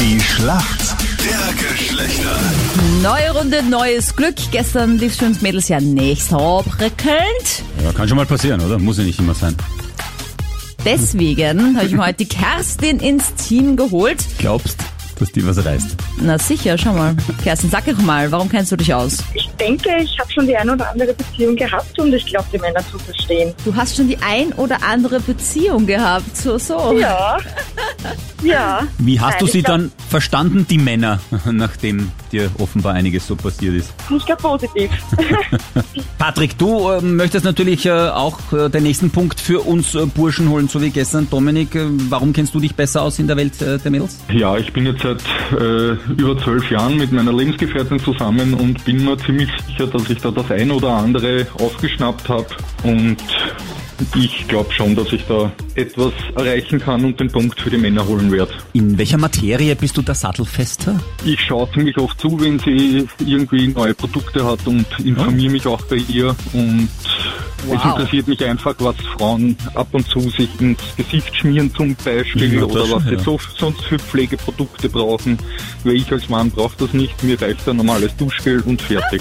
Die Schlacht der Geschlechter. Neue Runde, neues Glück. Gestern lief es für uns Mädels ja nicht so prickelnd. Ja, kann schon mal passieren, oder? Muss ja nicht immer sein. Deswegen habe ich mir heute die Kerstin ins Team geholt. Glaubst, dass die was reißt? Na sicher, schau mal. Kerstin, sag doch mal, warum kennst du dich aus? Ich denke, ich habe schon die eine oder andere Beziehung gehabt und ich glaube, die Männer zu verstehen. Du hast schon die ein oder andere Beziehung gehabt. So, so. Ja. ja. Wie hast Nein, du ich sie glaub- dann verstanden, die Männer, nachdem dir offenbar einiges so passiert ist? Nicht gar positiv. Patrick, du ähm, möchtest natürlich äh, auch äh, den nächsten Punkt für uns äh, Burschen holen, so wie gestern. Dominik, äh, warum kennst du dich besser aus in der Welt äh, der Mädels? Ja, ich bin jetzt seit äh, über zwölf Jahren mit meiner Lebensgefährtin zusammen und bin mir ziemlich sicher, dass ich da das ein oder andere aufgeschnappt habe. Und ich glaube schon, dass ich da etwas erreichen kann und den Punkt für die Männer holen werde. In welcher Materie bist du der Sattelfester? Ich schaue ziemlich oft zu, wenn sie irgendwie neue Produkte hat und informiere mich auch bei ihr. Und Wow. es interessiert mich einfach, was Frauen ab und zu sich ins Gesicht schmieren zum Beispiel Ja, das oder was schon, sie ja. so, sonst für Pflegeprodukte brauchen. Weil ich als Mann brauche das nicht. Mir reicht ein normales Duschgel und fertig.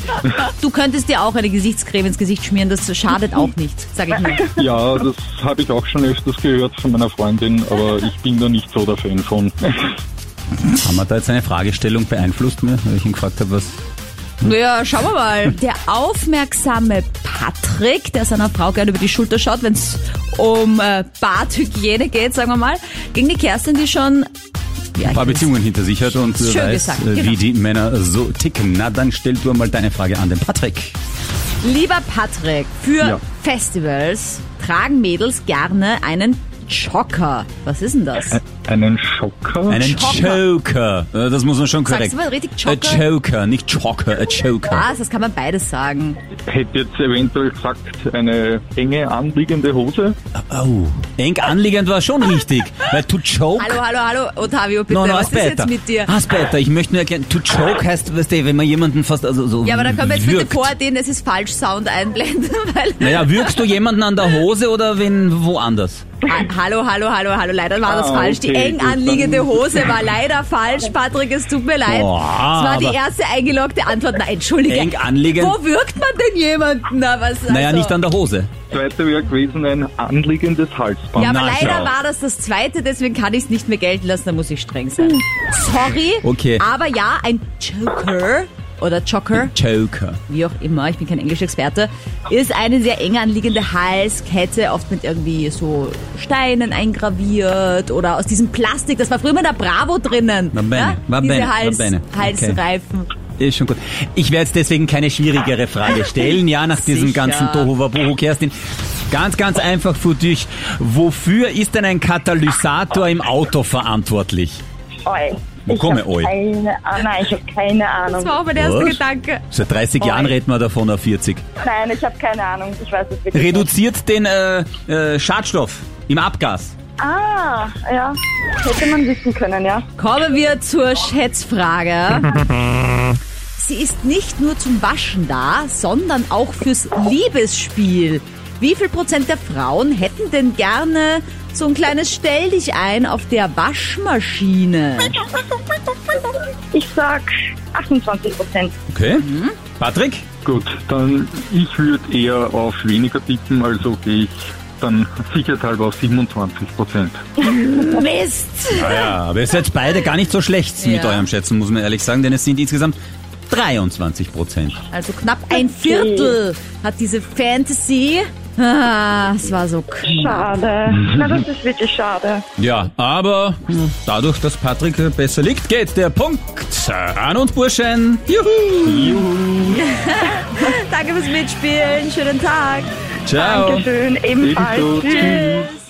Du könntest dir auch eine Gesichtscreme ins Gesicht schmieren, das schadet auch nicht, sag ich nur. ja, das habe ich auch schon öfters gehört von meiner Freundin, aber ich bin da nicht so der Fan von. Haben wir da jetzt eine Fragestellung beeinflusst, ne? weil ich ihn gefragt habe, was... Naja, schauen wir mal. Der aufmerksame Patrick, der seiner Frau gerne über die Schulter schaut, wenn es um äh, Barthygiene geht, sagen wir mal, gegen die Kerstin, die schon... Ja, ein paar Beziehungen hinter sich hat und Schön weiß, gesagt, äh, genau. wie die Männer so ticken. Na, dann stell du mal deine Frage an den Patrick. Lieber Patrick, für Ja. Festivals tragen Mädels gerne einen Chocker. Was ist denn Äh, das? Einen Schocker? Einen Joker. Äh, Das muss man schon korrekt. Sagst du mal richtig A Joker? Ah. Joker, nicht Joker, a Joker. Was? Das kann man beides sagen. Hätte jetzt eventuell gesagt, eine enge anliegende Hose. Oh, eng anliegend war schon richtig. Weil to choke. Hallo, hallo, hallo, Otavio, bitte. no, no, Was ist später. jetzt mit dir? Ah, später. Ich möchte nur erklären, to choke heißt, weißt du, wenn man jemanden fast also so Ja, aber da können wir jetzt bitte würgt. vor den Es ist falsch Sound einblenden, weil... Naja, wirkst du jemanden an der Hose oder wenn woanders? Ha- Hallo, hallo, hallo, hallo. Leider war das Ah, falsch. Die okay, eng gut, anliegende dann- Hose war leider falsch. Patrick, es tut mir leid. Boah, das war die aber- erste eingeloggte Antwort. Nein, entschuldige. Eng anliegend- Wo wirkt man denn jemanden? Na, was, Naja, also- nicht an der Hose. Zweite wäre gewesen ein anliegendes Halsband. Ja, aber Na, leider schau. war das das zweite, deswegen kann ich es nicht mehr gelten lassen, da muss ich streng sein. Sorry, Hm. Okay. aber ja, ein Joker oder Joker, Joker. wie auch immer, ich bin kein Englischexperte, ist eine sehr eng anliegende Halskette, oft mit irgendwie so Steinen eingraviert oder aus diesem Plastik, das war früher immer in der Bravo drinnen. Va bene, ja? va Diese bene, va Hals, bene. Halsreifen. Ist schon gut. Ich werde jetzt deswegen keine schwierigere Frage stellen, ja, nach diesem Sicher. ganzen Tohuwabohu, Kerstin. Ganz, ganz einfach für dich. Wofür ist denn ein Katalysator im Auto verantwortlich? Oi. Wo ich komme hab Oi? Keine Ahnung. Nein, ich habe keine Das Ahnung. war auch mein erster Was? Gedanke. Seit 30 Jahren reden wir davon, auf 40. Nein, ich habe keine Ahnung. Ich weiß es wirklich nicht. Reduziert den äh, äh, Schadstoff im Abgas. Ah, ja. Hätte man wissen können, ja. Kommen wir zur Schätzfrage. Sie ist nicht nur zum Waschen da, sondern auch fürs Liebesspiel. Wie viel Prozent der Frauen hätten denn gerne so ein kleines Stell dich ein auf der Waschmaschine? Ich sag 28 Prozent. Okay. Mhm. Patrick? Gut, dann ich würde eher auf weniger tippen, also gehe ich dann sicherheitshalber auf 27 Prozent. Mist! Ja, aber ihr seid beide gar nicht so schlecht mit Ja. eurem Schätzen, muss man ehrlich sagen, denn es sind insgesamt 23 Prozent. Also knapp ein Viertel hat diese Fantasy. Ah, es war so knapp. Schade. Na, das ist wirklich schade. Ja, aber dadurch, dass Patrick äh, besser liegt, geht der Punkt äh, an und Burschen. Juhu! Danke fürs Mitspielen. Schönen Tag. Ciao! Dankeschön. Ebenfalls. Ebenso. Tschüss. Tschüss.